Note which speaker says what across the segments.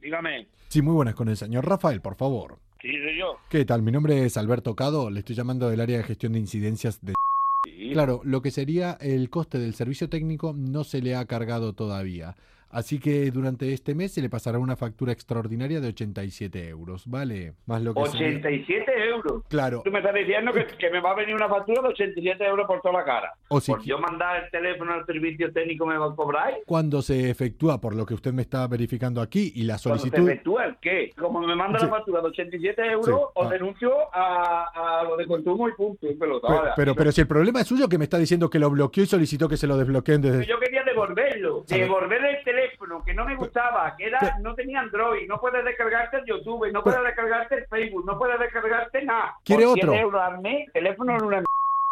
Speaker 1: dígame.
Speaker 2: Sí, muy buenas con el señor Rafael, por favor.
Speaker 1: Sí, soy yo.
Speaker 2: ¿Qué tal? Mi nombre es Alberto Cado, le estoy llamando del área de gestión de incidencias de...
Speaker 1: Sí.
Speaker 2: Claro, lo que sería el coste del servicio técnico no se le ha cargado todavía. Así que durante este mes se le pasará una factura extraordinaria de 87 euros, ¿vale? Más lo que sería-
Speaker 1: 87 euros.
Speaker 2: Claro,
Speaker 1: Tú me estás diciendo que, que me va a venir una factura de 87 euros por toda la cara.
Speaker 2: o si
Speaker 1: Por yo mandar el teléfono al servicio técnico me va a cobrar.
Speaker 2: cuando se efectúa, por lo que usted me está verificando aquí, y la
Speaker 1: Cuando se
Speaker 2: solicitud...
Speaker 1: efectúa el qué. Como me manda
Speaker 2: Sí.
Speaker 1: la factura de 87 euros,
Speaker 2: Sí.
Speaker 1: os
Speaker 2: Ah.
Speaker 1: denuncio a, a lo de consumo y punto. Y pelota.
Speaker 2: Pero,
Speaker 1: Ahora,
Speaker 2: pero, pero si el problema es suyo que me está diciendo que lo bloqueó y solicitó que se lo desbloqueen desde...
Speaker 1: yo quería devolverlo,
Speaker 2: A ver.
Speaker 1: devolver el teléfono que no me gustaba, que era, no tenía Android, no puedes descargarte el YouTube, no puedes descargarte el Facebook, no puedes descargarte nada.
Speaker 2: ¿Quiere
Speaker 1: Por
Speaker 2: otro?
Speaker 1: 100 euros al mes, teléfono en una m-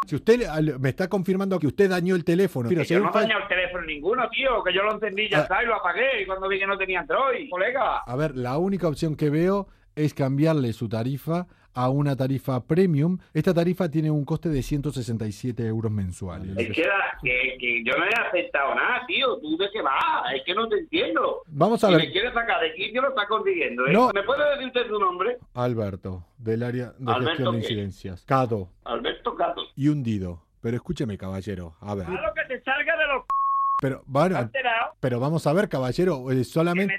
Speaker 2: Si usted al- me está confirmando que usted dañó el teléfono, pero
Speaker 1: que
Speaker 2: si
Speaker 1: yo
Speaker 2: hay
Speaker 1: no
Speaker 2: un fa-
Speaker 1: dañé el teléfono ninguno, tío, que yo lo encendí ya
Speaker 2: Ah.
Speaker 1: está y lo apagué y cuando vi que no tenía Android, colega.
Speaker 2: A ver, la única opción que veo es cambiarle su tarifa a una tarifa premium. Esta tarifa tiene un coste de 167 euros mensuales.
Speaker 1: Es que, era- que- que yo no he aceptado nada, tío. ¿Tú de qué vas? Es que no te entiendo.
Speaker 2: Vamos a
Speaker 1: Si me
Speaker 2: ver,
Speaker 1: quiere sacar de aquí, yo lo está consiguiendo. ¿eh?
Speaker 2: No.
Speaker 1: ¿Me puede decir usted su nombre?
Speaker 2: Alberto, del área de
Speaker 1: Alberto,
Speaker 2: gestión de
Speaker 1: ¿qué?
Speaker 2: incidencias. Cado
Speaker 1: Alberto Gato.
Speaker 2: y hundido. Pero escúcheme, caballero. A ver.
Speaker 1: Claro que te salga de los
Speaker 2: Pero, bueno,
Speaker 1: alterados.
Speaker 2: pero vamos a ver, caballero. eh,
Speaker 1: Que
Speaker 2: Solamente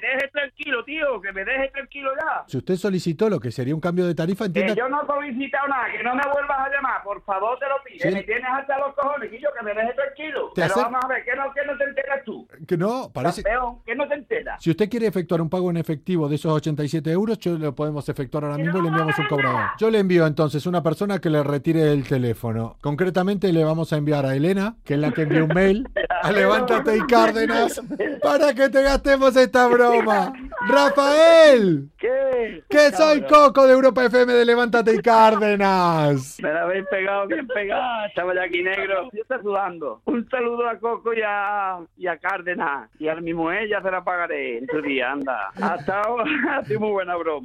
Speaker 1: me dejes tranquilo, tío. Que me dejes tranquilo ya.
Speaker 2: si usted solicitó lo que sería un cambio de tarifa,
Speaker 1: Que
Speaker 2: entienda.
Speaker 1: Eh, yo no he solicitado nada. Que no me vuelvas a llamar. Por favor, te lo pido.
Speaker 2: Sí.
Speaker 1: Que Me tienes hasta los cojones, Guillo. Que me dejes tranquilo.
Speaker 2: Te
Speaker 1: Pero
Speaker 2: hace-
Speaker 1: vamos a ver. ¿Qué no, qué no te enteras tú?
Speaker 2: que no, parece.
Speaker 1: Campeón, ¿qué no te enteras?
Speaker 2: Si usted quiere efectuar un pago en efectivo de esos 87 euros, yo lo podemos efectuar ahora
Speaker 1: Pero
Speaker 2: mismo y le
Speaker 1: no
Speaker 2: enviamos un
Speaker 1: hagas
Speaker 2: cobrador.
Speaker 1: nada.
Speaker 2: Yo le envío entonces una persona que le retire el teléfono. Concretamente le vamos a enviar a Elena, que es la que envió un mail, a Levántate y Cárdenas, para que te gastemos esta broma. Rafael,
Speaker 1: ¿Qué?
Speaker 2: que soy Coco de Europa FM de Levántate y Cárdenas.
Speaker 1: Me la habéis pegado, bien pegada, chaval aquí negro. Yo estoy sudando. Un saludo a Coco y a, y a Cárdenas. Y a mi mujer ya se la pagaré en su día, anda. Hasta ahora, ha sido muy buena broma.